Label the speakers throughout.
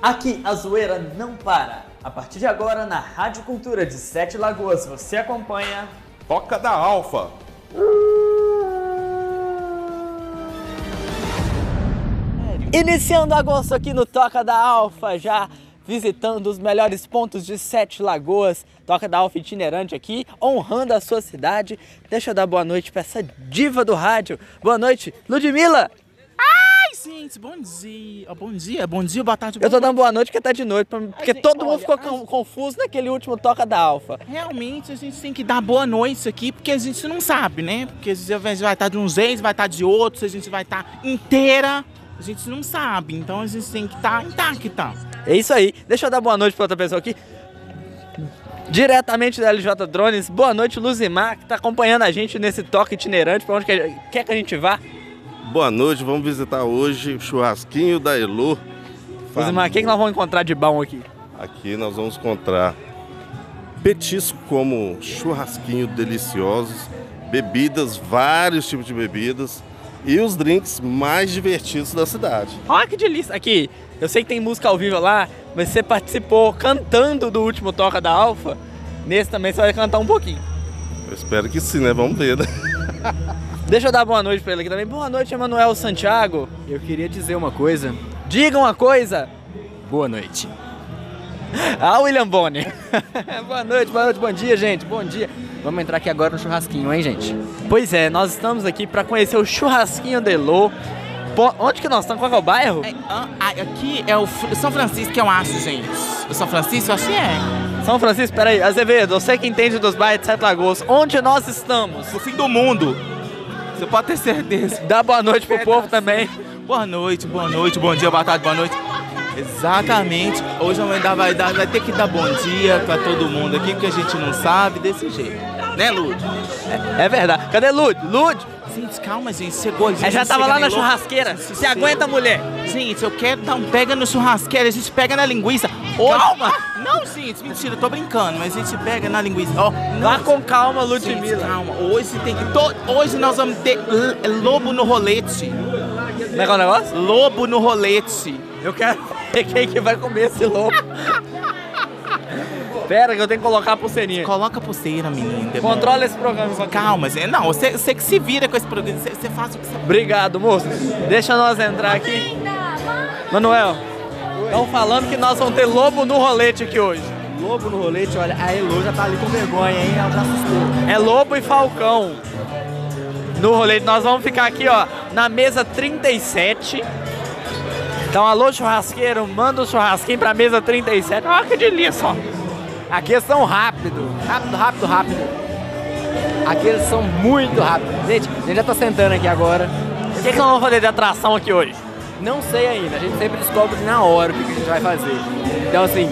Speaker 1: Aqui a zoeira não para. A partir de agora, na Rádio Cultura de Sete Lagoas, você acompanha.
Speaker 2: Toca da Alfa.
Speaker 1: Iniciando agosto aqui no Toca da Alfa, já visitando os melhores pontos de Sete Lagoas. Toca da Alfa itinerante aqui, honrando a sua cidade. Deixa eu dar boa noite para essa diva do rádio. Boa noite, Ludmilla!
Speaker 3: Ai, gente, bom dia. Bom dia, bom dia, boa tarde.
Speaker 1: Eu tô
Speaker 3: boa
Speaker 1: dando boa noite porque tá de noite, pra- porque
Speaker 3: gente,
Speaker 1: todo mundo
Speaker 3: olha,
Speaker 1: ficou
Speaker 3: a
Speaker 1: con- confuso naquele último Toca da Alfa.
Speaker 3: Realmente a gente tem que dar boa noite aqui, porque a gente não sabe, né? Porque às vezes vai estar de uns ex, vai estar de outros, a gente vai estar inteira, a gente não sabe. Então a gente tem que estar intacta.
Speaker 1: É isso aí. Deixa eu dar boa noite para outra pessoa aqui. Diretamente da LJ Drones, boa noite, Luzimar, que tá acompanhando a gente nesse toque itinerante, pra onde que a gente- quer que a gente vá.
Speaker 4: Boa noite, vamos visitar hoje o churrasquinho da Elo.
Speaker 1: Luzimar, o que, que nós vamos encontrar de bom aqui?
Speaker 4: Aqui nós vamos encontrar petisco como churrasquinho deliciosos, bebidas, vários tipos de bebidas e os drinks mais divertidos da cidade.
Speaker 1: Olha que delícia! Aqui, eu sei que tem música ao vivo lá, mas você participou cantando do último Toca da Alfa. Nesse também você vai cantar um pouquinho.
Speaker 4: Eu espero que sim, né? Vamos ver, né?
Speaker 1: Deixa eu dar boa noite pra ele aqui também. Boa noite, Emanuel Santiago.
Speaker 5: Eu queria dizer uma coisa.
Speaker 1: Diga uma coisa.
Speaker 5: Boa noite.
Speaker 1: Ah, William Bonner. boa noite, boa noite, bom dia, gente. Bom dia.
Speaker 5: Vamos entrar aqui agora no churrasquinho, hein, gente?
Speaker 1: Pois é, nós estamos aqui para conhecer o Churrasquinho Delô. Po- Onde que nós estamos? Qual que é o bairro?
Speaker 3: É, ah, ah, aqui é o Fr- São Francisco, eu acho, gente. O São Francisco, eu acho que é.
Speaker 1: São Francisco, peraí, Azevedo, você que entende dos bairros de Sete Lagoas, onde nós estamos?
Speaker 3: O fim do mundo. Você pode ter certeza.
Speaker 1: Dá boa noite pro povo também.
Speaker 3: Boa noite, boa noite, bom dia, boa tarde, boa noite. Exatamente. Hoje a mãe da vai, dar, vai ter que dar bom dia pra todo mundo aqui, porque a gente não sabe desse jeito. Né, Lud?
Speaker 1: É verdade. Cadê Lud? Lud,
Speaker 3: Gente, calma, gente. é Chegou a gente.
Speaker 1: ela já tava
Speaker 3: chega
Speaker 1: lá na
Speaker 3: nem louco.
Speaker 1: churrasqueira.
Speaker 3: Gente,
Speaker 1: Se
Speaker 3: chega.
Speaker 1: aguenta, mulher.
Speaker 3: Gente, eu quero dar um pega no churrasqueiro, a gente pega na linguiça. Calma! Não, gente, mentira, eu tô brincando, mas a gente pega na linguiça. Ó,
Speaker 1: Vá
Speaker 3: não,
Speaker 1: com calma,
Speaker 3: Gente,
Speaker 1: Ludmilla.
Speaker 3: calma, hoje tem que. to- Hoje nós vamos ter l- lobo no rolete.
Speaker 1: Como é que é o negócio?
Speaker 3: Lobo no rolete.
Speaker 1: Eu quero ver quem que vai comer esse louco. Pera que eu tenho que colocar a pulseirinha.
Speaker 3: Coloca a pulseira, menina. demônio.
Speaker 1: Controla esse programa. só que-
Speaker 3: Calma, Zé. Não, você, você que se vira com esse programa. Você, você faz o que você.
Speaker 1: Obrigado, moço. Deixa nós entrar aqui. Manuel, estão falando que nós vamos ter lobo no rolete aqui hoje.
Speaker 5: Lobo no rolete, olha, a Elo já tá ali com vergonha, hein? Ela já assustou.
Speaker 1: É lobo e falcão. No rolete, nós vamos ficar aqui, ó, na mesa 37. Então, alô, churrasqueiro, manda o churrasquinho pra mesa 37. Olha que delícia, ó.
Speaker 5: Aqui eles são rápido, rápido, rápido, rápido. Aqui eles são muito rápidos. Gente, a gente já tá sentando aqui agora.
Speaker 1: O que, que nós vamos fazer de atração aqui hoje?
Speaker 5: Não sei ainda, a gente sempre descobre na hora o que que a gente vai fazer. Então assim,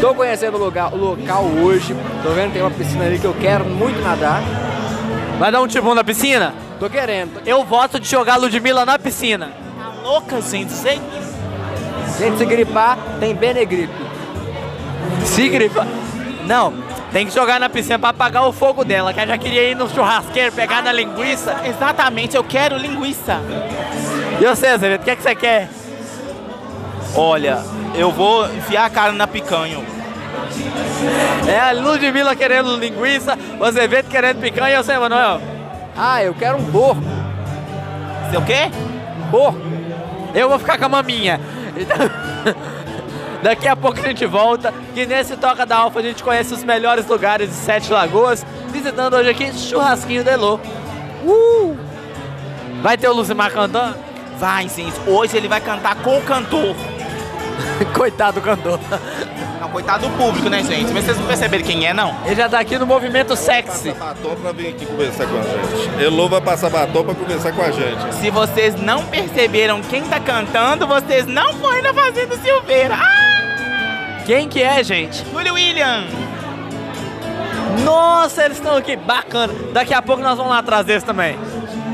Speaker 5: tô conhecendo o lugar, o local hoje, tô vendo que tem uma piscina ali que eu quero muito nadar.
Speaker 1: Vai dar um tibum na piscina?
Speaker 5: Tô querendo.
Speaker 1: Eu voto de jogar a Ludmilla na piscina.
Speaker 3: Tá louca, gente. Você...
Speaker 5: Gente, se gripar, tem Benegripe.
Speaker 1: Se gripa. Não, tem que jogar na piscina pra apagar o fogo dela, que ela já queria ir no churrasqueiro, pegar na linguiça.
Speaker 3: Exatamente, eu quero linguiça.
Speaker 1: E você, Zé, o que, é que você quer?
Speaker 3: Olha, eu vou enfiar a cara na picanha.
Speaker 1: É a Ludmilla querendo linguiça, o Azevedo querendo picanha e você, Manuel?
Speaker 5: Ah, eu quero um porco.
Speaker 3: Você o quê?
Speaker 1: Porco. Eu vou ficar com a maminha. Então, Daqui a pouco a gente volta, que nesse Toca da Alfa a gente conhece os melhores lugares de Sete Lagoas, visitando hoje aqui Churrasquinho Delô. Uh! Vai ter o Luzimar cantando?
Speaker 3: Vai, gente. Hoje ele vai cantar com o cantor.
Speaker 1: Coitado do cantor.
Speaker 3: Não, coitado do público, né, gente? Mas vocês não perceberam quem é, não?
Speaker 1: Ele já tá aqui no movimento
Speaker 4: Passa
Speaker 1: sexy.
Speaker 4: batom pra vir aqui conversar com a gente. Elo vai passar batom pra conversar com a gente.
Speaker 3: Se vocês não perceberam quem tá cantando, vocês não foram na Fazenda Silveira. Ah,
Speaker 1: Quem que é, gente?
Speaker 3: Júlio William.
Speaker 1: Nossa, eles estão aqui, bacana. Daqui a pouco nós vamos lá atrás deles também.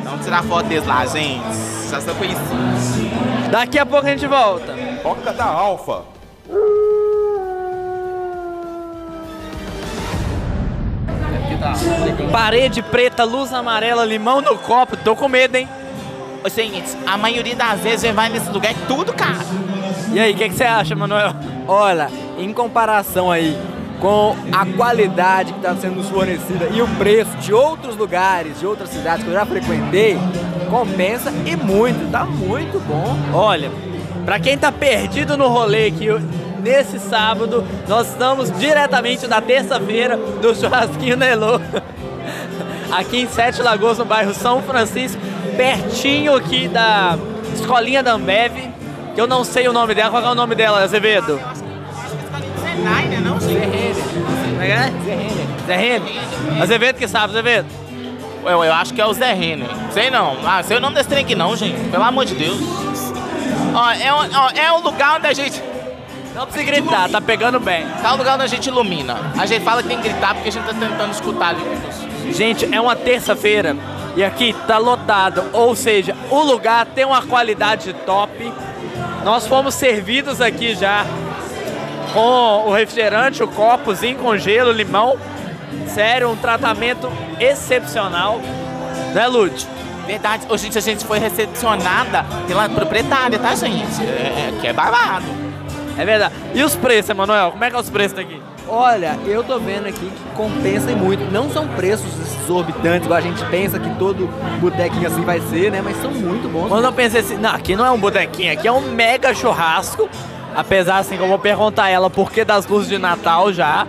Speaker 3: Vamos tirar foto deles lá, gente. Já sou conhecido.
Speaker 1: Daqui a pouco a gente volta.
Speaker 2: Toca da Alfa.
Speaker 1: Parede preta, luz amarela, limão no copo. Tô com medo, hein?
Speaker 3: Ô, Gente, a maioria das vezes você vai nesse lugar é tudo caro.
Speaker 1: E aí, o que, que você acha, Manuel?
Speaker 5: Olha, em comparação aí com a qualidade que está sendo nos fornecida e o preço de outros lugares, de outras cidades que eu já frequentei, compensa e muito, tá muito bom.
Speaker 1: Olha, pra quem tá perdido no rolê aqui nesse sábado, nós estamos diretamente da terça-feira do churrasquinho Nelô. Aqui em Sete Lagoas, no bairro São Francisco, pertinho aqui da escolinha da Ambev, que eu não sei o nome dela. Qual é o nome dela, Azevedo?
Speaker 3: Senai, né? Não, gente.
Speaker 1: Como é que é? Zé Renner. Zé Renner? Azevedo que sabe, Azevedo.
Speaker 3: Eu, eu acho que é o Zé Renner. Sei não. Ah, sei o nome desse trem aqui não, gente. Pelo amor de Deus. Ó, é um, ó, é um lugar onde a gente.
Speaker 1: Não precisa gritar, tá pegando bem.
Speaker 3: Tá um lugar onde a gente ilumina. A gente fala que tem que gritar porque a gente tá tentando escutar ali.
Speaker 1: Gente, é uma terça-feira e aqui tá lotado, ou seja, o lugar tem uma qualidade top. Nós fomos servidos aqui já com o refrigerante, o copozinho com gelo, limão. Sério, um tratamento excepcional. Né, Lud?
Speaker 3: Verdade, hoje a gente foi recepcionada pela proprietária, tá, gente? É, que é babado.
Speaker 1: É verdade. E os preços, Emanuel? Como é que é os preços daqui?
Speaker 5: Olha, eu tô vendo aqui que compensa e muito. Não são preços exorbitantes, igual a gente pensa que todo botequinho assim vai ser, né? Mas são muito bons.
Speaker 1: Quando eu pensei assim, não, aqui não é um botequinho, aqui é um mega churrasco. Apesar assim que eu vou perguntar a ela por que das luzes de Natal já.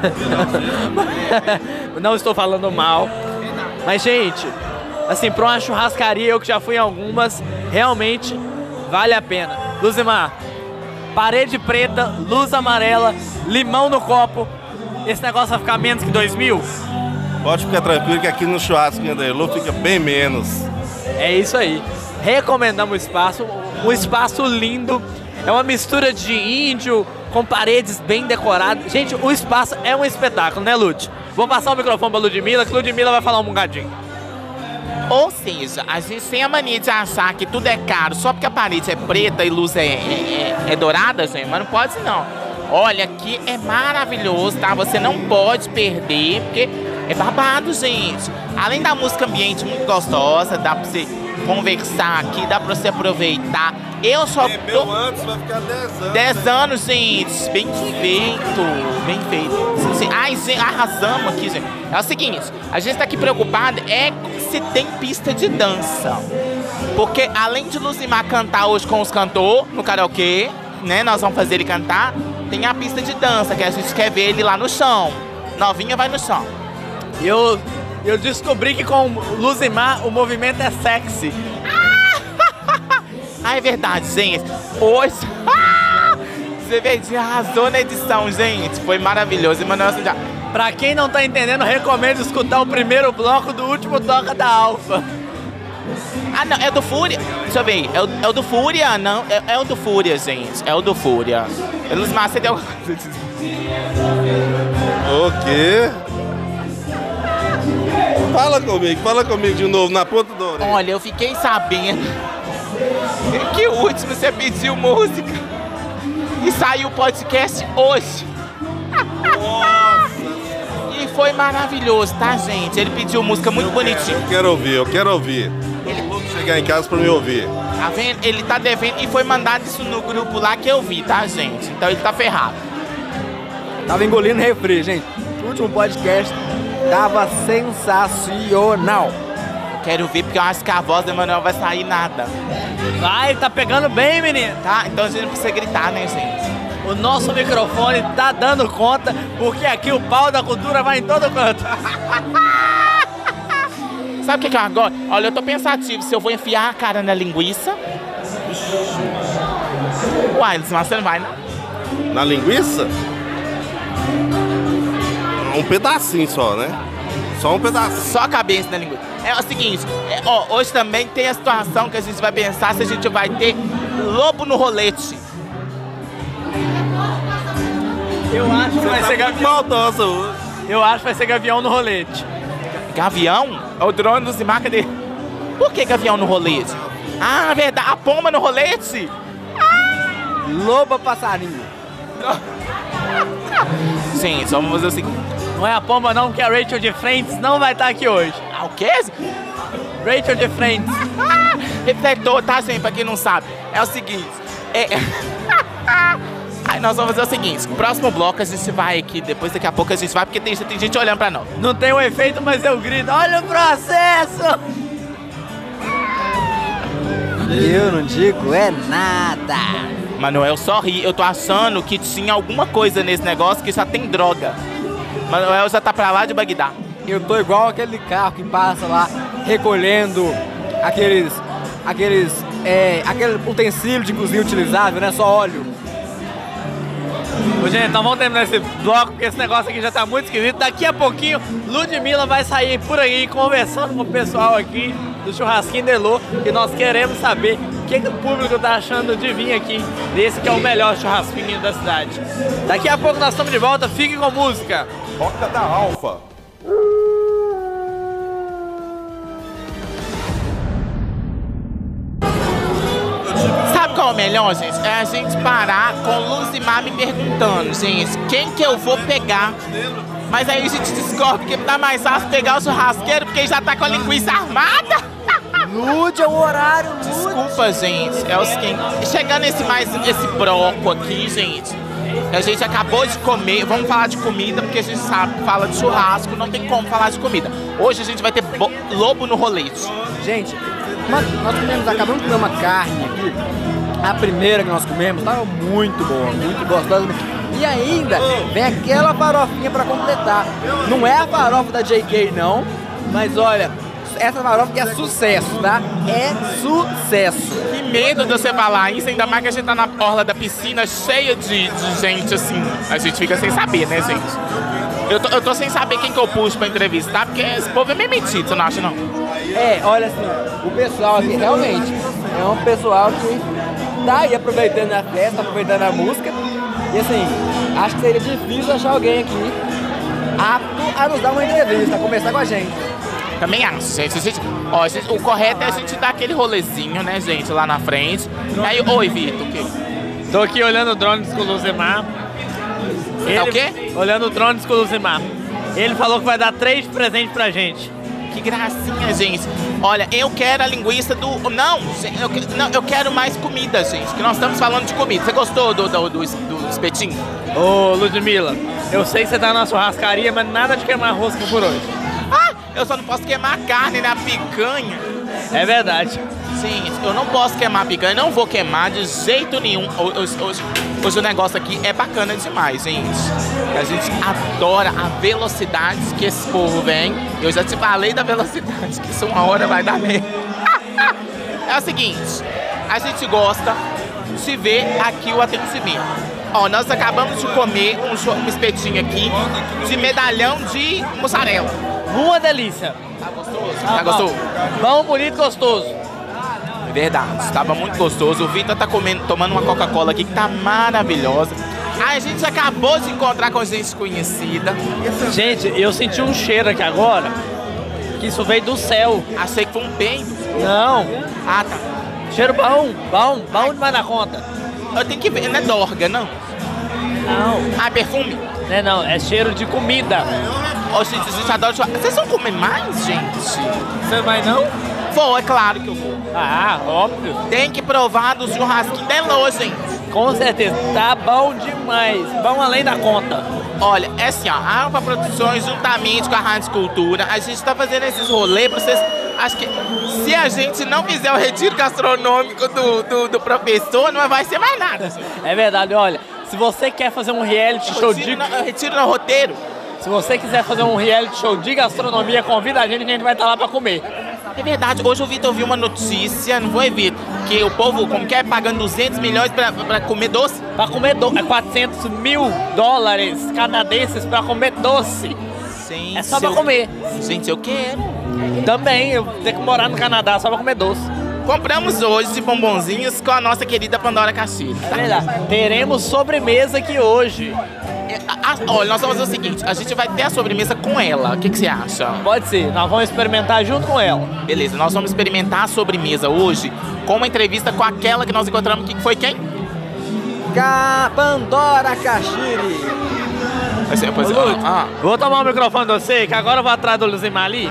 Speaker 1: não estou falando mal. Mas, gente, assim, pra uma churrascaria, eu que já fui em algumas, realmente vale a pena. Luzimar, parede preta, luz amarela, limão no copo. Esse negócio vai ficar menos que dois mil?
Speaker 4: Pode ficar tranquilo que aqui no churrasco em Andailu fica bem menos.
Speaker 1: É isso aí. Recomendamos o espaço, um espaço lindo. É uma mistura de índio com paredes bem decoradas. Gente, o espaço é um espetáculo, né, Lud? Vou passar o microfone pra Ludmilla, que Ludmilla vai falar um bocadinho.
Speaker 3: Ou seja, a gente tem a mania de achar que tudo é caro só porque a parede é preta e luz é, é, é- é dourada, gente, mas não pode não. Olha, aqui é maravilhoso, tá? Você não pode perder, porque é babado, gente. Além da música ambiente muito gostosa, dá pra você conversar aqui, dá pra você aproveitar. Eu
Speaker 4: Tá
Speaker 3: só tô...
Speaker 4: antes, vai ficar 10 anos.
Speaker 3: 10 anos, gente. Bem feito. Bem feito. Sim, sim. Ai, gente, arrasamos aqui, gente. É o seguinte, a gente tá aqui preocupado é se tem pista de dança. Porque além de Luzimar cantar hoje com os cantores no karaokê, né? Nós vamos fazer ele cantar. Tem a pista de dança, que a gente quer ver ele lá no chão. Novinha vai no chão.
Speaker 1: Eu, eu descobri que com Luzimar o movimento é sexy.
Speaker 3: Ah, é verdade, gente. Hoje. Ah! Você vê, de arrasou na edição, gente. Foi maravilhoso. Emanuel Santiago.
Speaker 1: Pra quem não tá entendendo, recomendo escutar o primeiro bloco do último Toca da Alfa.
Speaker 3: Ah, não, é o do Fúria. Deixa eu ver. É o, é o do Fúria? Não, é, é o do Fúria, gente. É o do Fúria. É Eles Massa deu.
Speaker 4: O quê? Fala comigo, fala comigo de novo, na ponta do orelha.
Speaker 3: Olha, eu fiquei sabendo que o último você pediu música e saiu o podcast hoje. E foi maravilhoso, tá, gente? Ele pediu música muito bonitinha.
Speaker 4: Eu quero ouvir, eu quero ouvir. Todo mundo chegar em casa pra me ouvir.
Speaker 3: Tá vendo? Ele tá devendo e foi mandado isso no grupo lá que eu vi, tá, gente? Então ele tá ferrado.
Speaker 5: Tava engolindo refri, gente. O último podcast tava sensacional.
Speaker 3: Quero ver porque eu acho que a voz do Emanuel vai sair nada.
Speaker 1: Vai, tá pegando bem, menino.
Speaker 3: Tá? Então a gente não precisa gritar, né, gente?
Speaker 1: O nosso microfone tá dando conta, porque aqui o pau da cultura vai em todo canto.
Speaker 3: Sabe o que, que eu agora? Olha, eu tô pensativo se eu vou enfiar a cara na linguiça. Uai, Lismar, você não vai, não?
Speaker 4: Na linguiça? Um pedacinho só, né? Só um pedacinho.
Speaker 3: Só a cabeça na linguiça. É o seguinte, é, ó, hoje também tem a situação que a gente vai pensar se a gente vai ter lobo no rolete.
Speaker 1: Eu acho que vai ser
Speaker 4: Tá muito maldosa hoje.
Speaker 1: Eu acho que vai ser gavião no rolete.
Speaker 3: Gavião? É o drone do Zimar, cadê? Por que gavião no rolete? Ah, verdade, a pomba no rolete?
Speaker 5: Loba passarinho.
Speaker 3: Gente, vamos fazer o seguinte.
Speaker 1: Não é a pomba não, porque a Rachel de Friends não vai estar aqui hoje.
Speaker 3: Ah, o quê?
Speaker 1: Rachel de Friends.
Speaker 3: Refletor, tá, gente? Pra quem não sabe, é o seguinte: É. Aí nós vamos fazer o seguinte: próximo bloco a gente vai aqui, depois daqui a pouco a gente vai, porque tem, tem gente olhando pra nós.
Speaker 1: Não tem um efeito, mas eu grito. Olha o processo!
Speaker 5: E eu não digo é nada.
Speaker 3: Manuel só ri, eu tô achando que tinha alguma coisa nesse negócio que só tem droga. Manuel já tá pra lá de Bagdá.
Speaker 5: Eu tô igual aquele carro que passa lá recolhendo aqueles. aqueles. É, aquele utensílio de cozinha utilizável, né? Só óleo.
Speaker 1: Ô, Gente, então vamos terminar esse bloco, porque esse negócio aqui já tá muito esquisito. Daqui a pouquinho, Ludmilla vai sair por aí conversando com o pessoal aqui do Churrasquinho Delô, e nós queremos saber o que, que o público tá achando de vir aqui, desse que é o melhor churrasquinho da cidade. Daqui a pouco nós estamos de volta, fiquem com música.
Speaker 2: Rota da Alfa.
Speaker 3: Sabe qual é o melhor, gente? É a gente parar com Luz e Mar me perguntando, gente, quem que eu vou pegar? Mas aí a gente descobre que tá mais fácil pegar o churrasqueiro porque ele já tá com a linguiça armada.
Speaker 5: Mude o horário, mude.
Speaker 3: Desculpa, gente. É o seguinte. Chegando esse mais esse broco aqui, gente. A gente acabou de comer. Vamos falar de comida, porque a gente sabe, fala de churrasco, não tem como falar de comida. Hoje a gente vai ter bo- lobo no rolete.
Speaker 5: Gente, mano, nós comemos, acabamos de comer uma carne aqui. A primeira que nós comemos tava muito boa, muito gostosa. E ainda vem aquela farofinha pra completar. Não é a farofa da JK, não, mas olha, essa farofa que é sucesso, tá? É sucesso.
Speaker 3: Que medo de você falar isso, ainda mais que a gente tá na orla da piscina cheia de, de gente assim. A gente fica sem saber, né, gente? Eu tô, eu tô sem saber quem que eu puxo pra entrevistar, porque esse povo é meio metido, você não acha, não?
Speaker 5: É, olha assim, o pessoal aqui realmente é um pessoal que tá aí aproveitando a festa, aproveitando a música. E assim, acho que seria difícil achar alguém aqui apto a nos dar uma entrevista, a conversar com a gente.
Speaker 3: Também acho, gente. A gente- ó, a gente- o correto é a gente dar aquele rolezinho, né, gente, lá na frente. E aí, oi, Vitor. o quê?
Speaker 1: Tô aqui olhando o drones com o Luzimar.
Speaker 3: Tá o quê?
Speaker 1: Olhando o drones com o Luzimar. Ele falou que vai dar três presentes pra gente.
Speaker 3: Que gracinha, gente. Olha, eu quero a linguiça do. Não, gente, eu, que- não, eu quero mais comida, gente. Que nós estamos falando de comida. Você gostou do, do, do, es- do espetinho?
Speaker 1: Ô, Ludmilla, eu sei que você tá na churrascaria, mas nada de queimar rosca por hoje.
Speaker 3: Ah, eu só não posso queimar a carne na picanha.
Speaker 1: É verdade.
Speaker 3: Gente, eu não posso queimar a picanha, não vou queimar de jeito nenhum. Ho- Hoje, hoje- hoje o negócio aqui é bacana demais, gente. A gente adora a velocidade que esse povo vem. Eu já te falei da velocidade, que isso uma hora vai dar merda. É o seguinte, a gente gosta de ver aqui o atendimento. Ó, nós acabamos de comer um, cho- um espetinho aqui de medalhão de mussarela.
Speaker 1: Uma delícia.
Speaker 3: Tá gostoso? Tá gostoso?
Speaker 1: Bom, Ah, bonito, gostoso.
Speaker 3: Verdade, estava muito gostoso. O Vitor tá comendo, tomando uma Coca-Cola aqui que tá maravilhosa. A gente acabou de encontrar com gente conhecida.
Speaker 1: Gente, eu senti um cheiro aqui agora, que isso veio do céu.
Speaker 3: Achei que foi um peido.
Speaker 1: Não,
Speaker 3: Ah, tá.
Speaker 1: cheiro bom, bom, bom demais na conta.
Speaker 3: Eu tenho que ver, não é dorga, não.
Speaker 1: Não,
Speaker 3: Ah, é perfume.
Speaker 1: não é não, é cheiro de comida.
Speaker 3: Ó, gente, a gente adora churrasco. Vocês vão comer mais, gente?
Speaker 1: Você vai não?
Speaker 3: Vou, é claro que eu vou.
Speaker 1: Ah, óbvio.
Speaker 3: Tem que provar do churrasquinho Delô, gente.
Speaker 1: Com certeza, tá bom demais. Bom além da conta.
Speaker 3: Olha, é assim, ó, a Alfa Produções, juntamente com a Rádio Cultura, a gente tá fazendo esses rolês pra vocês. Acho que se a gente não fizer o retiro gastronômico do, do, do professor, não vai ser mais nada. assim. gente.
Speaker 1: É verdade, olha, se você quer fazer um reality show de...
Speaker 3: Retiro na- Retiro no roteiro.
Speaker 1: Se você quiser fazer um reality show de gastronomia, convida a gente, a gente vai estar lá pra comer.
Speaker 3: É verdade, hoje o Vitor viu uma notícia, não foi, Vitor? Que o povo, como que é, pagando 200 milhões pra, pra comer doce.
Speaker 1: Pra comer do... é 400 mil dólares canadenses pra comer doce.
Speaker 3: Gente,
Speaker 1: É só pra
Speaker 3: eu-
Speaker 1: comer.
Speaker 3: Gente, eu quero.
Speaker 1: Também, eu tenho que morar no Canadá só pra comer doce.
Speaker 3: Compramos hoje de bombonzinhos com a nossa querida Pandora Castilho.
Speaker 1: É verdade. Teremos sobremesa aqui hoje.
Speaker 3: É, a- a- olha, nós vamos fazer o seguinte: a gente vai ter a sobremesa com ela. O que, que você acha?
Speaker 1: Pode ser, nós vamos experimentar junto com ela.
Speaker 3: Beleza, nós vamos experimentar a sobremesa hoje com uma entrevista com aquela que nós encontramos aqui, que foi quem?
Speaker 5: Ca- Pandora Kashiri.
Speaker 3: Você,
Speaker 1: Ô, Lud,
Speaker 3: Ah,
Speaker 1: vou tomar o microfone de você, que agora eu vou atrás do Luzimar ali.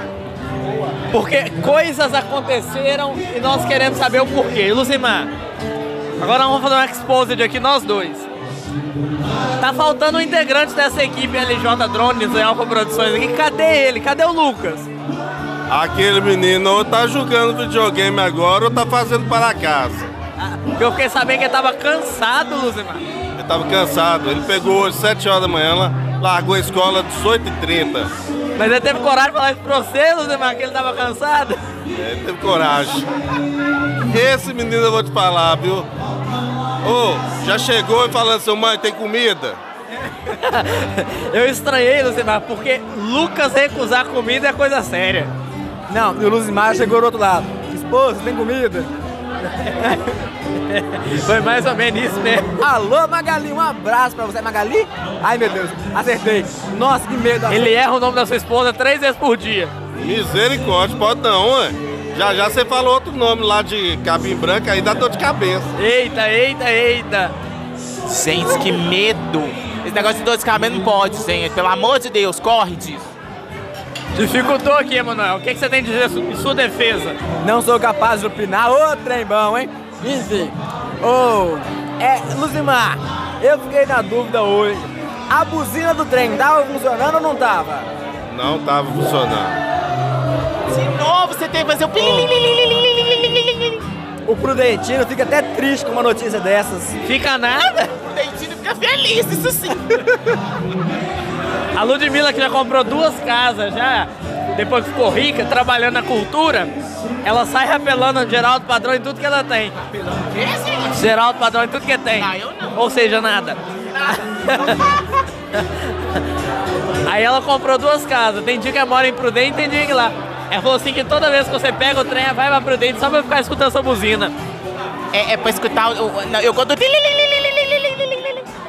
Speaker 1: Porque coisas aconteceram e nós queremos saber o porquê. Luzimar, Agora vamos fazer um exposed aqui, nós dois. Tá faltando um integrante dessa equipe LJ Drones e Alfa Produções aqui. Cadê ele? Cadê o Lucas?
Speaker 4: Aquele menino ou tá jogando videogame agora ou tá fazendo para casa.
Speaker 1: Eu fiquei sabendo que ele tava cansado, Luzimar.
Speaker 4: Ele tava cansado. Ele pegou hoje 7 horas da manhã, lá, largou a escola às 18h30.
Speaker 1: Mas ele teve coragem de falar isso pra você, Luzimar, que ele tava cansado.
Speaker 4: É, Ele teve coragem. Esse menino eu vou te falar, viu? Ô, já chegou e falando assim, mãe, tem comida?
Speaker 1: Eu estranhei, Luzimar, porque Lucas recusar comida é coisa séria.
Speaker 6: Não, e o Luzimar chegou do outro lado. Esposa, tem comida?
Speaker 1: Foi mais ou menos isso mesmo.
Speaker 6: Alô, Magali, um abraço pra você. É Magali? Ai, meu Deus, acertei. Nossa, que medo.
Speaker 1: Ele erra o nome da sua esposa três vezes por dia.
Speaker 4: Misericórdia, pode não, ué. Já já você falou outro nome lá de cabim branca, aí dá dor de cabeça.
Speaker 1: Eita, eita, eita.
Speaker 3: Gente, que medo. Esse negócio de dois cabelos não pode, gente. Pelo amor de Deus, corre disso.
Speaker 1: Dificultou aqui, Emanuel. O que, que você tem a dizer su- em sua defesa?
Speaker 6: Não sou capaz de opinar. Ô, trem bom, hein? Enfim. Ô, é, Luzimar, eu fiquei na dúvida hoje. A buzina do trem tava funcionando ou não tava?
Speaker 4: Não tava funcionando.
Speaker 3: De novo, você tem que fazer o... O
Speaker 6: O Prudentino fica até triste com uma notícia dessas.
Speaker 1: Fica nada?
Speaker 3: Dentinho fica feliz, isso sim.
Speaker 1: A Ludmilla que já comprou duas casas já, depois que ficou rica, trabalhando na cultura, ela sai rapelando Geraldo Padrão em tudo que ela tem.
Speaker 3: Que, É, gente?
Speaker 1: Geraldo Padrão em tudo que é tem.
Speaker 3: Ah, eu não.
Speaker 1: Ou seja, nada. Aí ela comprou duas casas. Tem dia que ela mora em Prudente, tem dia que lá. Ela falou assim que toda vez que você pega o trem, ela vai pra Prudente só pra ficar escutando essa buzina.
Speaker 3: É, é pra escutar... o- o- não, eu gosto do...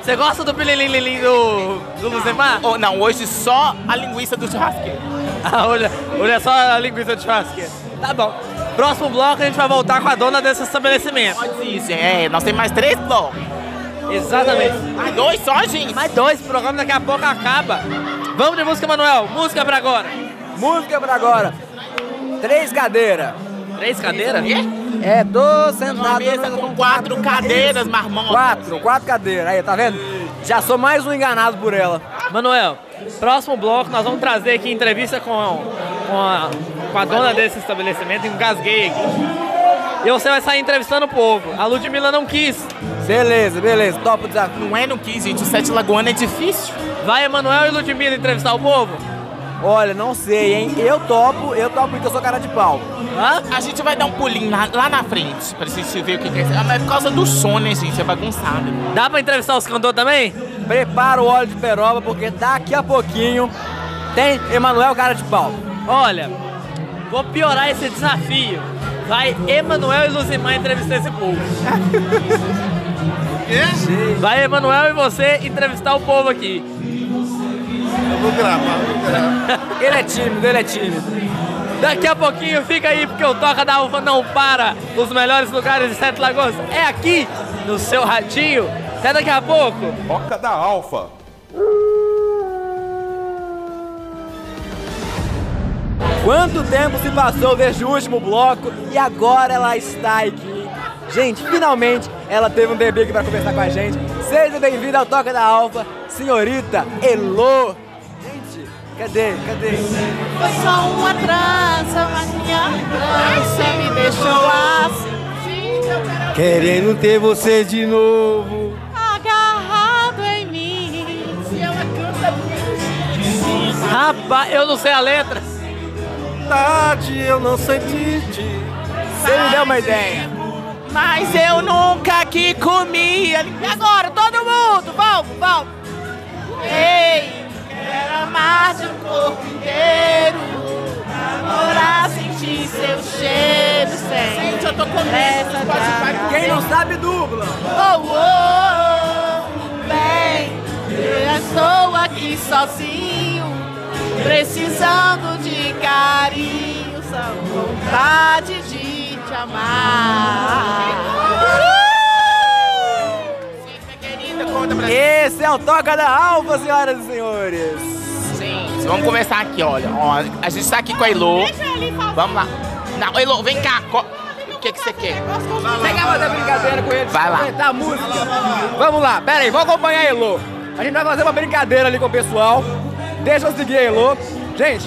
Speaker 1: Você gosta do pililililim do, do Luzemar?
Speaker 3: Oh, não, hoje só a linguiça do churrasqueiro.
Speaker 1: Ah, olha, olha só a linguiça de churrasqueira. Tá bom. Próximo bloco a gente vai voltar com a dona desse estabelecimento.
Speaker 3: Pode ir, gente. É, nós temos mais três blocos.
Speaker 1: Exatamente.
Speaker 3: Mais dois só, gente.
Speaker 1: Mais dois programas, daqui a pouco acaba. Vamos de música, Manuel. Música pra agora.
Speaker 6: Música pra agora. Três cadeiras.
Speaker 1: Três cadeiras?
Speaker 6: É, tô
Speaker 3: Uma
Speaker 6: sentado...
Speaker 3: mesa
Speaker 6: no-
Speaker 3: com quatro cadeiras, marmota.
Speaker 6: Quatro, quatro cadeiras. Aí, tá vendo? Já sou mais um enganado por ela.
Speaker 1: Manuel, próximo bloco nós vamos trazer aqui entrevista com, com, a, com a dona desse estabelecimento, engasguei aqui. E você vai sair entrevistando o povo. A Ludmilla não quis.
Speaker 6: Beleza, beleza. Topo o desafio.
Speaker 3: Não é no 15, gente. O Sete Lagoana é difícil.
Speaker 1: Vai Emanuel e Ludmilla entrevistar o povo?
Speaker 6: Olha, não sei, hein? Eu topo, eu topo porque eu sou cara de pau.
Speaker 1: Hã?
Speaker 3: A gente vai dar um pulinho lá, lá na frente pra gente ver o que que é. Ah, Mas é por causa do som, né, gente? É bagunçado.
Speaker 1: Dá pra entrevistar os cantores também?
Speaker 6: Prepara o óleo de peroba porque daqui a pouquinho tem Emanuel cara de pau.
Speaker 1: Olha, vou piorar esse desafio. Vai Emanuel e Luzimar entrevistar esse povo. Vai Emanuel e você entrevistar o povo aqui.
Speaker 4: Eu vou gravar, vou gravar.
Speaker 6: Ele é tímido, ele é tímido.
Speaker 1: Daqui a pouquinho fica aí, porque o Toca da Ufa não para. Os melhores lugares de Sete Lagoas é aqui, no seu ratinho. Até daqui a pouco.
Speaker 7: Toca da Alfa.
Speaker 6: Quanto tempo se passou desde o último bloco e agora ela está aqui. Gente, finalmente ela teve um bebê aqui pra conversar com a gente. Seja bem-vinda ao Toca da Alfa, senhorita Elô. Gente, cadê? Cadê?
Speaker 8: Foi só uma trança, mas minha trança me deixou assim.
Speaker 6: Querendo ter você de novo.
Speaker 8: Agarrado em mim. E ela canta bonitinho.
Speaker 1: Rapaz, eu não sei a letra.
Speaker 4: Tarde, eu não sei te, te
Speaker 6: Você me deu uma ideia.
Speaker 3: Mas eu nunca que comia.
Speaker 8: E agora, todo mundo, vamos, vamos. Ei, quero amar de um corpo inteiro. Namorar, sentir seu cheiro. Sem
Speaker 3: Gente, eu tô comendo. Essa pode
Speaker 6: Quem não sabe, dubla.
Speaker 8: Oh, oh, oh, bem, eu estou aqui sozinho, precisando de carinho, só vontade de te amar.
Speaker 3: querida, conta pra
Speaker 6: Esse é o Toca da Alfa, senhoras e senhores.
Speaker 3: gente. Vamos conversar aqui, olha. Ó, a gente tá aqui com a Elô.
Speaker 8: Deixa ele falar.
Speaker 3: Vamos lá. Não, Elô, vem cá. co- que, que você quer?
Speaker 1: Você quer fazer brincadeira com eles?
Speaker 3: Vai lá.
Speaker 1: Comentar a música? Vamos lá, pera aí, vamos acompanhar a Elô. A gente vai fazer uma brincadeira ali com o pessoal. Deixa eu seguir a Elô. Gente,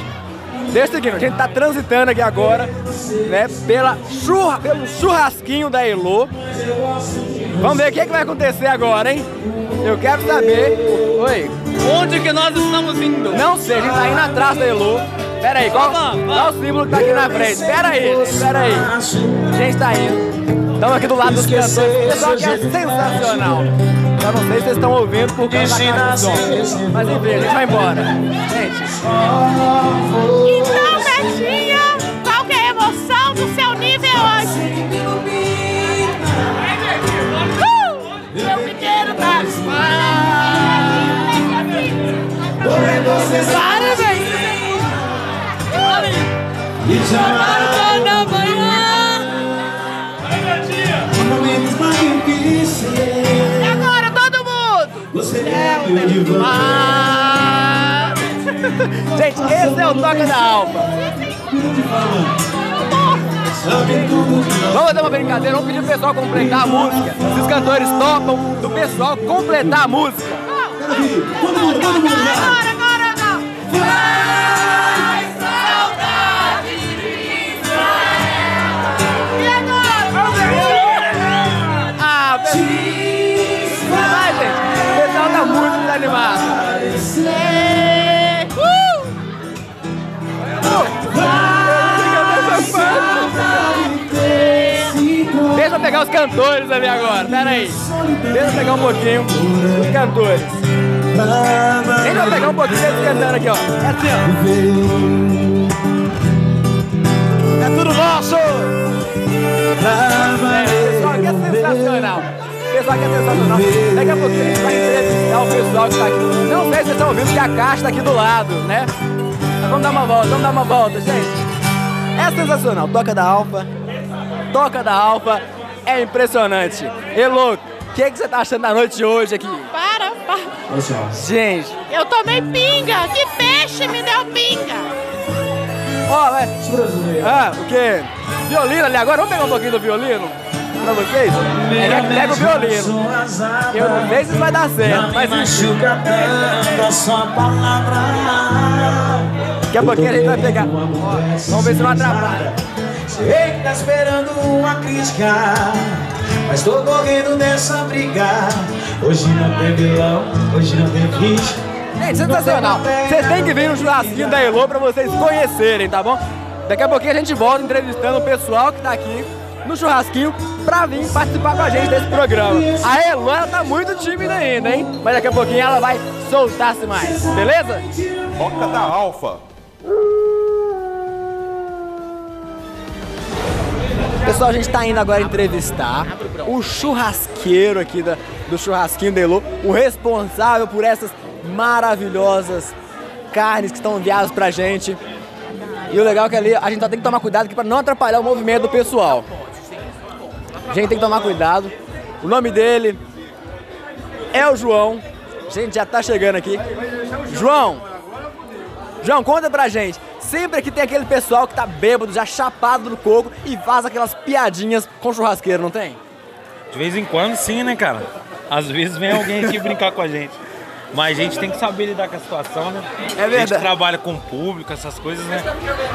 Speaker 1: deixa eu seguir. A gente tá transitando aqui agora, né, pela churra, pelo churrasquinho da Elô. Vamos ver o que, é que vai acontecer agora, hein? Eu quero saber... Oi,
Speaker 9: Onde que nós estamos indo?
Speaker 1: não sei, a gente tá indo atrás da Elô. Pera aí, qual, qual o símbolo que tá aqui na frente? Pera aí, pera aí. Gente, tá indo. Estamos aqui do lado dos cantores. O pessoal que é sensacional. Eu não sei se vocês estão ouvindo por causa da cara do som. Mas enfim, a gente vai embora. Gente,
Speaker 8: Então, Betinha, qual que é a emoção do seu nível hoje? Uh! Eu me quero dar Parabéns! Me chamaram toda manhã! E agora, todo mundo!
Speaker 1: gente, esse é o Toca da Alfa. Vamos fazer uma brincadeira, vamos pedir o pessoal completar a música. Se os cantores topam, do pessoal completar a música.
Speaker 8: Agora, agora, agora! E agora?
Speaker 1: Ah, pessoal. Vai, gente. O pessoal tá muito desanimado.
Speaker 8: Uh!
Speaker 1: Deixa eu pegar os cantores ali agora, pera aí. Deixa eu pegar um pouquinho os cantores. A gente vai pegar um pouquinho deles cantando aqui, ó. É assim, ó. É tudo nosso! Pessoal, que é sensacional. Pessoal, que é sensacional. Daqui a pouquinho a gente vai entrevistar o pessoal que tá aqui. Não sei se vocês estão ouvindo que a caixa tá aqui do lado, né? Mas vamos dar uma volta, vamos dar uma volta, gente. É sensacional. Toca da Alfa. Toca da Alfa é impressionante. Elô, o que, que você tá achando da noite de hoje aqui?
Speaker 8: Para, para.
Speaker 1: Gente,
Speaker 8: Eu tomei pinga. Que peixe me deu pinga?
Speaker 1: ó, vai. Ah, o quê? Violino ali agora? Vamos pegar um pouquinho do violino? Pra vocês? É que é que pega o violino. Eu não sei se vai dar certo, mas
Speaker 5: machuca tanto a sua palavra.
Speaker 1: daqui a pouquinho a gente vai pegar. Ó, vamos ver se não atrapalha.
Speaker 5: Sei que tá esperando uma crítica, mas tô correndo dessa briga. Hoje não tem vilão, hoje não tem vício.
Speaker 1: Gente, sensacional. Vocês têm que vir no churrasquinho da Elô pra vocês conhecerem, tá bom? Daqui a pouquinho a gente volta entrevistando o pessoal que tá aqui no churrasquinho pra vir participar com a gente desse programa. A Elô, ela tá muito tímida ainda, hein? Mas daqui a pouquinho ela vai soltar-se mais, beleza?
Speaker 4: Toca da Alfa.
Speaker 1: Pessoal, a gente tá indo agora entrevistar o churrasqueiro aqui da- do Churrasquinho Delô, o responsável por essas maravilhosas carnes que estão enviadas pra gente. E o legal é que ali a gente só tem que tomar cuidado aqui pra não atrapalhar o movimento do pessoal. A gente tem que tomar cuidado. O nome dele é o João. A gente já tá chegando aqui. João, João, conta pra gente. Sempre que tem aquele pessoal que tá bêbado, já chapado no coco e faz aquelas piadinhas com churrasqueiro, não tem?
Speaker 10: De vez em quando sim, né, cara? Às vezes vem alguém aqui brincar com a gente. Mas a gente tem que saber lidar com a situação, né?
Speaker 1: É
Speaker 10: A gente
Speaker 1: verdade.
Speaker 10: trabalha com o público, essas coisas, né?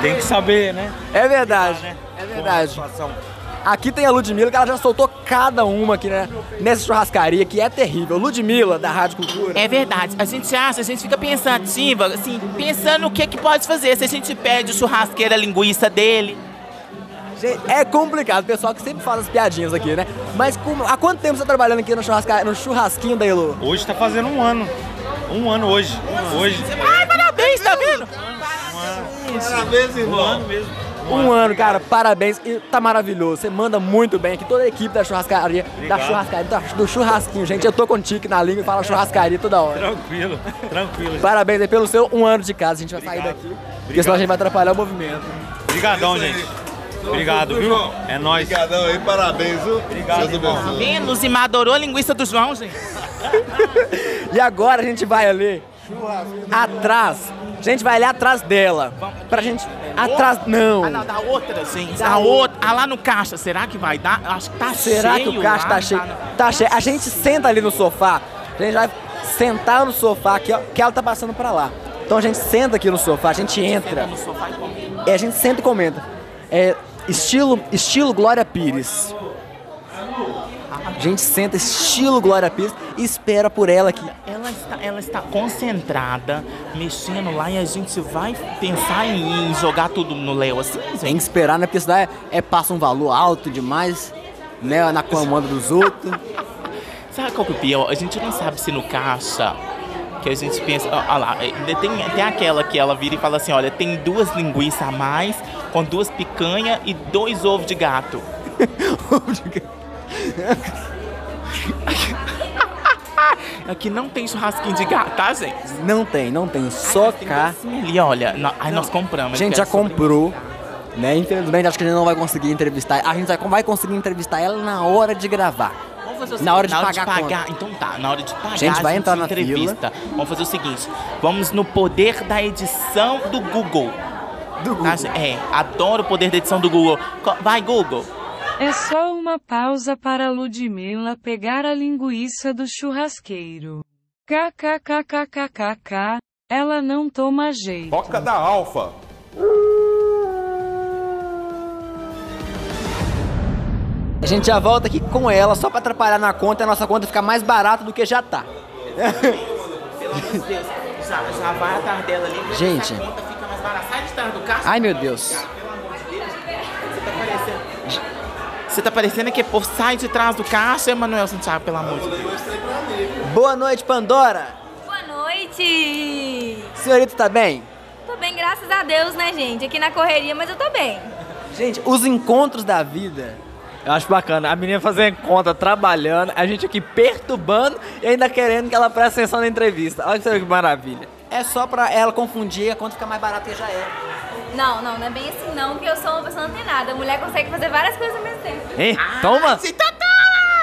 Speaker 10: Tem que saber, né?
Speaker 1: É verdade. É
Speaker 10: Com
Speaker 1: verdade.
Speaker 10: a situação.
Speaker 1: Aqui tem a Ludmilla, que ela já soltou cada uma aqui, né? Nessa churrascaria, que é terrível. Ludmilla, da Rádio Cultura.
Speaker 3: É verdade. A gente acha, a gente fica pensativa, assim, pensando o que que pode fazer. Se a gente pede o churrasqueiro, a linguiça dele.
Speaker 1: Gente, é complicado, o pessoal que sempre faz as piadinhas aqui, né? Mas como- há quanto tempo você tá trabalhando aqui no, churrasca... no churrasquinho da Elô?
Speaker 10: Hoje tá fazendo um ano. Um ano hoje. Hoje.
Speaker 3: Ai, parabéns, tá vendo?
Speaker 10: Um ano mesmo.
Speaker 1: Um ano, cara, parabéns. E tá maravilhoso. Você manda muito bem aqui. Toda a equipe da churrascaria, da
Speaker 10: Obrigado.
Speaker 1: churrascaria, da- do churrasquinho, gente. Eu tô com tique na língua e falo churrascaria toda hora.
Speaker 10: Tranquilo, tranquilo.
Speaker 1: Parabéns aí pelo seu um ano de casa. A gente vai sair daqui, porque senão a gente vai atrapalhar o movimento.
Speaker 10: Obrigadão, gente. Obrigado, viu? É nóis.
Speaker 4: Obrigadão aí, parabéns, viu?
Speaker 10: Obrigado, irmão.
Speaker 3: Menos e madorou a linguiça do João, gente.
Speaker 1: E agora a gente vai ali atrás A gente vai lá atrás dela. Pra gente. Atrás. Não.
Speaker 3: Ah, não, da outra, gente.
Speaker 1: Da
Speaker 3: Da outra. Ah, lá no caixa, será que vai dar? Eu Acho que tá
Speaker 1: Será
Speaker 3: cheio.
Speaker 1: que o caixa
Speaker 3: lá,
Speaker 1: tá cheio? Tá cheio. A gente senta ali no sofá. A gente vai sentar no sofá aqui, ó, que ela tá passando pra lá. Então a gente senta aqui no sofá, a gente
Speaker 3: Senta
Speaker 1: entra.
Speaker 3: no sofá e come.
Speaker 1: É, a gente senta e comenta. É, estilo, estilo Glória Pires. A gente senta, estilo Glória Pires, e espera por ela aqui.
Speaker 3: Ela está, ela está concentrada, mexendo lá e a gente vai pensar em, em jogar tudo no Léo assim,
Speaker 1: Tem
Speaker 3: gente.
Speaker 1: que esperar, né? Porque isso daí é, é- passa um valor alto demais, né? Na comanda dos outros.
Speaker 3: Sabe qual que é o pior? A gente não sabe se no caixa que a gente pensa. Olha lá, eh, tem, tem aquela que ela vira e fala assim: olha, tem duas linguiças a mais, com duas picanha e dois ovos de gato. Aqui não tem churrasquinho de gato, tá, gente?
Speaker 1: Não tem, não tem. Só
Speaker 3: Tem
Speaker 1: cá.
Speaker 3: docinho ali, olha. No, aí nós compramos.
Speaker 1: A Ah. gente já
Speaker 3: quero
Speaker 1: comprou, né? Infelizmente, acho que a gente não vai conseguir entrevistar. A gente vai, vai conseguir entrevistar ela na hora de gravar.
Speaker 3: Vamos fazer o
Speaker 1: Na hora de
Speaker 3: seguinte,
Speaker 1: pagar a
Speaker 3: Então tá, na hora de pagar.
Speaker 1: gente vai entrar na
Speaker 3: entrevista. Vamos fazer o seguinte: vamos no poder da edição do Google. Do Google. é, adoro o poder da edição do Google. Co- Vai, Google.
Speaker 11: É só uma pausa para Ludmilla pegar a linguiça do churrasqueiro. KKKKKKK, ela não toma jeito.
Speaker 12: Boca da Alfa.
Speaker 1: A gente já volta aqui com ela, só pra atrapalhar na conta, a nossa conta ficar mais barata do que já tá.
Speaker 3: Meu Deus, já, já vai atrás dela ali. porque
Speaker 1: Gente.
Speaker 3: essa conta fica mais barata. Sai de trás do caixa.
Speaker 1: Ai, meu Deus.
Speaker 3: Você tá parecendo. Você tá parecendo que, pô, sai de trás do caixa, Emanuel Santiago, pelo amor de Deus.
Speaker 1: Boa noite, Pandora.
Speaker 13: Boa noite!
Speaker 1: Senhorita, tá bem?
Speaker 13: Tô bem, graças a Deus, né, gente? Aqui na correria, mas eu tô bem.
Speaker 1: Gente, os encontros da vida.
Speaker 10: Eu acho bacana. A menina fazendo conta, trabalhando, a gente aqui perturbando e ainda querendo que ela preste atenção na entrevista. Olha que maravilha.
Speaker 1: É só pra ela confundir a conta ficar mais barata que já é.
Speaker 13: Não, não, não é bem assim não, porque eu sou uma pessoa antenada. A mulher consegue fazer várias coisas ao mesmo tempo.
Speaker 10: Hein? Toma!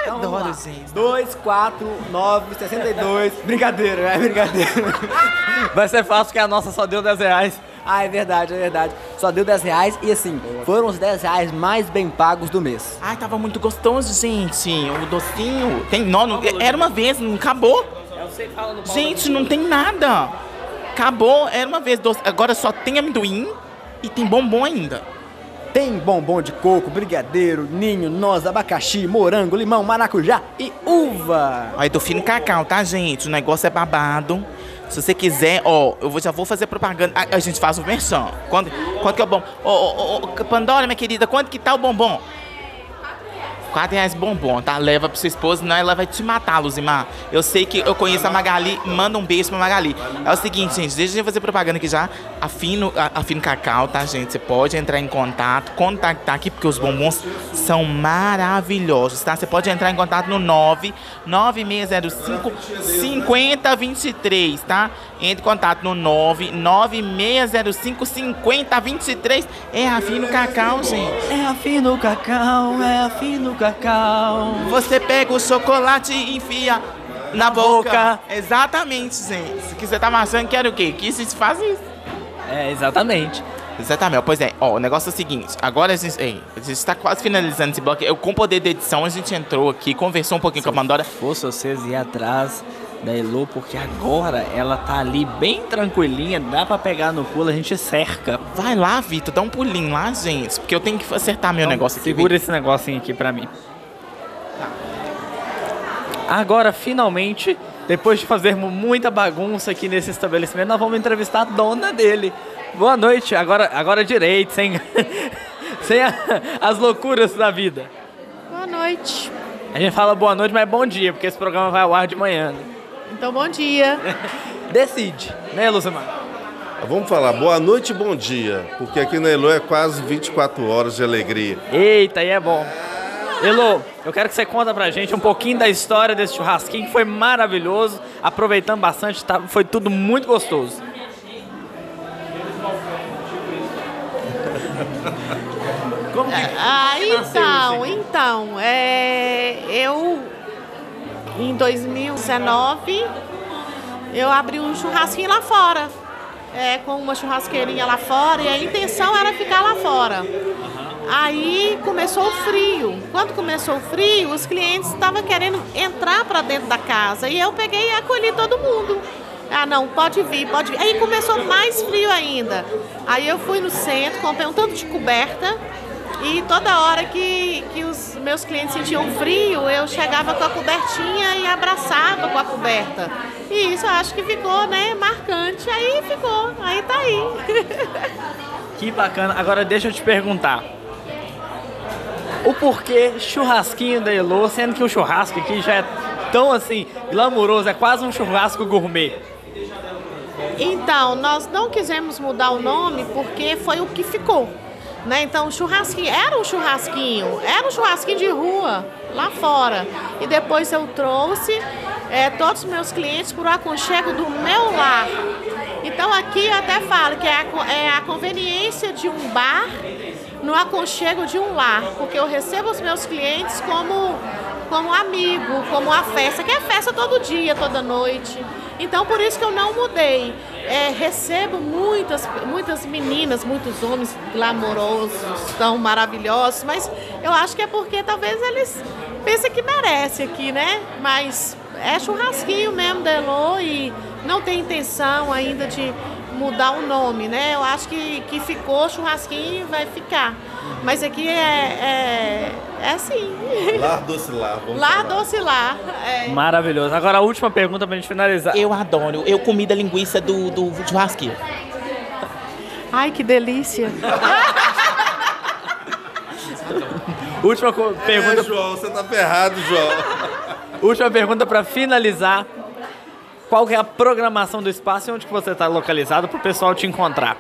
Speaker 1: Então, Adoro, gente. 2, 4, 9, 62. Brincadeira, é brincadeira.
Speaker 10: Vai ser fácil que a nossa só deu 10 reais.
Speaker 1: ah, é verdade, é verdade. Só deu 10 reais e assim, foram os 10 reais mais bem pagos do mês.
Speaker 3: Ai, tava muito gostoso, gente. O docinho. Tem. Não, não- era uma vez, não acabou. Gente, não tem nada. Acabou, era uma vez doce. Agora só tem amendoim e tem bombom ainda.
Speaker 1: Tem bombom de coco, brigadeiro, ninho, noz, abacaxi, morango, limão, maracujá e uva.
Speaker 3: Aí tô fino cacau, tá, gente? O negócio é babado. Se você quiser, ó, eu vou- já vou fazer propaganda. A, a gente faz o merchan. Quanto, quanto que é o bombom? Ô, ô, ô, ô, Pandora, minha querida, quanto que tá o bombom? 4 reais bombom, tá? Leva pra sua esposa, não, ela vai te matar, Luzimar. Eu sei que eu conheço a Magali, manda um beijo pra Magali. É o seguinte, gente, deixa eu fazer propaganda aqui já. Afino, a- afino Cacau, tá, gente? Você pode entrar em contato, contactar aqui, porque os bombons são maravilhosos, tá? Você pode entrar em contato no 99605 5023, tá? Entre em contato no 99605 5023. É Afino Cacau, gente.
Speaker 1: É afino cacau, é afino cacau.
Speaker 3: Você pega o chocolate e enfia na boca. Exatamente, gente. Se quiser tá amassando, quero o quê? Que se faz isso.
Speaker 10: É, exatamente.
Speaker 3: Exatamente. Pois é, ó, o negócio é o seguinte. Agora a gente. Ei, a gente tá quase finalizando esse bloco. Eu, com o poder da edição, a gente entrou aqui, conversou um pouquinho com a Pandora.
Speaker 10: Fosse vocês ir atrás da Elo, porque agora ela tá ali bem tranquilinha, dá pra pegar no pulo, a gente cerca.
Speaker 3: Vai lá, Vitor, dá um pulinho lá, gente. Porque eu tenho que acertar meu negócio aqui.
Speaker 10: um Segura esse negocinho aqui pra mim. Agora, finalmente, depois de fazermos muita bagunça aqui nesse estabelecimento, nós vamos entrevistar a dona dele. Boa noite, agora, agora direito, sem, sem a- as loucuras da vida.
Speaker 8: Boa noite.
Speaker 10: A gente fala boa noite, mas é bom dia, porque esse programa vai ao ar de manhã. né?
Speaker 8: Então, bom dia.
Speaker 10: Decide, né, Lucimar?
Speaker 4: Vamos falar boa noite e bom dia, porque aqui na Elo é quase 24 horas de alegria.
Speaker 10: Eita, aí é bom. Elo, eu quero que você conta pra gente um pouquinho da história desse churrasquinho, que foi maravilhoso, aproveitando bastante, tá- foi tudo muito gostoso.
Speaker 8: Ah, então, então, é, eu em 2019 eu abri um churrasquinho lá fora. é, com uma churrasqueirinha lá fora e a intenção era ficar lá fora. Aí começou o frio. Quando começou o frio, os clientes estavam querendo entrar para dentro da casa e eu peguei e acolhi todo mundo. Ah, não, pode vir, pode vir. Aí começou mais frio ainda. Aí eu fui no centro, comprei um tanto de coberta e toda hora que, que os meus clientes sentiam um frio, eu chegava com a cobertinha e abraçava com a coberta. E isso eu acho que ficou, né, marcante. Aí ficou, aí tá aí.
Speaker 1: Que bacana. Agora deixa eu te perguntar. O porquê churrasquinho da Elô, sendo que o churrasco aqui já é tão assim, glamouroso, é quase um churrasco gourmet.
Speaker 8: Então, nós não quisemos mudar o nome porque foi o que ficou. Né? Então, churrasquinho, era um churrasquinho, era um churrasquinho de rua, lá fora. E depois eu trouxe eh, todos os meus clientes para o aconchego do meu lar. Então, aqui eu até falo que é a, co- é a conveniência de um bar no aconchego de um lar, porque eu recebo os meus clientes como, como amigo, como a festa, que é festa todo dia, toda noite. Então por isso que eu não mudei. É, recebo muitas, muitas meninas, muitos homens glamourosos, tão maravilhosos, mas eu acho que é porque talvez eles pensem que merece aqui, né? Mas é churrasquinho mesmo da Elo e não tem intenção ainda de mudar o nome, né? Eu acho que, que ficou churrasquinho e vai ficar. Mas aqui é, é, é assim.
Speaker 4: Lar doce lar, vamos
Speaker 8: Lá,
Speaker 4: falar.
Speaker 8: doce lá. É.
Speaker 1: Maravilhoso. Agora a última pergunta pra gente finalizar.
Speaker 3: Eu adoro. Eu comi da linguiça do, do churrasqueiro.
Speaker 8: Ai, que delícia.
Speaker 1: Última co- pergunta.
Speaker 4: João, você tá ferrado, João.
Speaker 1: Última pergunta pra finalizar. Qual que é a programação do espaço e onde que você tá localizado pro pessoal te encontrar?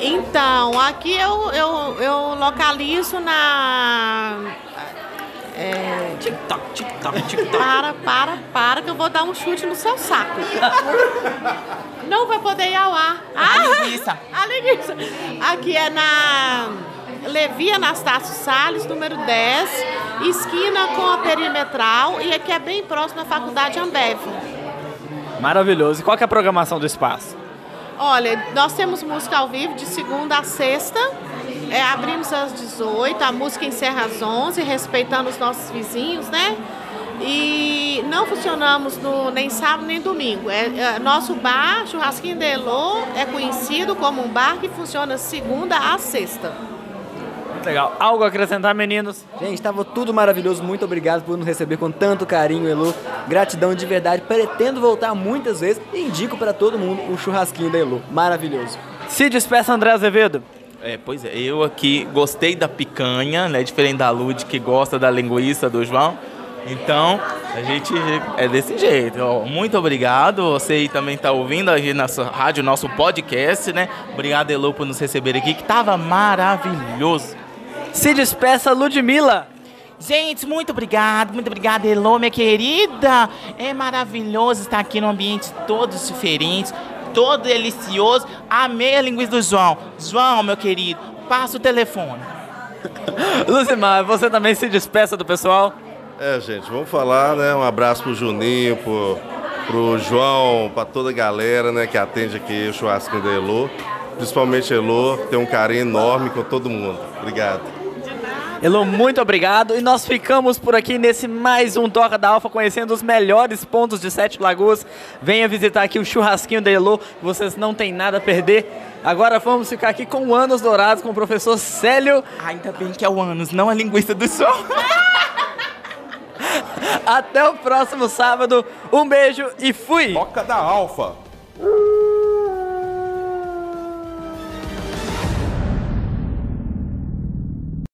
Speaker 8: Então, aqui eu, eu, eu localizo na. É...
Speaker 1: TikTok, TikTok,
Speaker 8: Tipo, Para, para, para, que eu vou dar um chute no seu saco. Não vai poder ir ao ar. Ah,
Speaker 3: linguiça.
Speaker 8: A linguiça. Aqui é na Levi Anastácio Salles, número 10, esquina com a perimetral, e aqui é bem próximo à Faculdade Ambev.
Speaker 1: Maravilhoso. E qual que é a programação do espaço?
Speaker 8: Olha, nós temos música ao vivo de segunda a sexta. É, abrimos às 18, a música encerra às 11, respeitando os nossos vizinhos, né? E não funcionamos no, nem sábado nem domingo. É, é, nosso bar, Churrasquinho Delô, é conhecido como um bar que funciona segunda a sexta.
Speaker 1: Muito legal. Algo a acrescentar, meninos?
Speaker 5: Gente, estava tudo maravilhoso. Muito obrigado por nos receber com tanto carinho, Elu. Gratidão de verdade. Pretendo voltar muitas vezes e indico para todo mundo o churrasquinho da Elu. Maravilhoso.
Speaker 1: Se despeça, André Azevedo.
Speaker 14: É, pois é, eu aqui gostei da picanha, né? Diferente da Lud que gosta da linguiça do João. Então, a gente é desse jeito. ó. muito obrigado. Você aí também está ouvindo aqui na sua rádio, nosso podcast, né? Obrigado, Elô, por nos receber aqui, que tava maravilhoso.
Speaker 1: Se despeça, Ludmilla.
Speaker 3: Gente, muito obrigado, muito obrigado, Elô, minha querida. É maravilhoso estar aqui num ambiente todo diferente, todo delicioso. Amei a linguiça do João. João, meu querido, passa o telefone.
Speaker 1: Lucimar, você também se despeça do pessoal.
Speaker 4: É, gente, vamos falar, né? Um abraço pro Juninho, pro, pro João, pra toda a galera, né, que atende aqui o churrasquinho da Elô. Principalmente Elô, que tem um carinho enorme com todo mundo. Obrigado.
Speaker 1: Elô, muito obrigado. E nós ficamos por aqui nesse mais um Toca da Alfa, conhecendo os melhores pontos de Sete Lagoas. Venha visitar aqui o churrasquinho da Elô, vocês não têm nada a perder. Agora vamos ficar aqui com Anos Dourados, com o professor Célio.
Speaker 3: Ainda bem que é o Anos, não a linguiça do sol.
Speaker 1: Até o próximo sábado. Um beijo e fui!
Speaker 2: Toca da Alfa.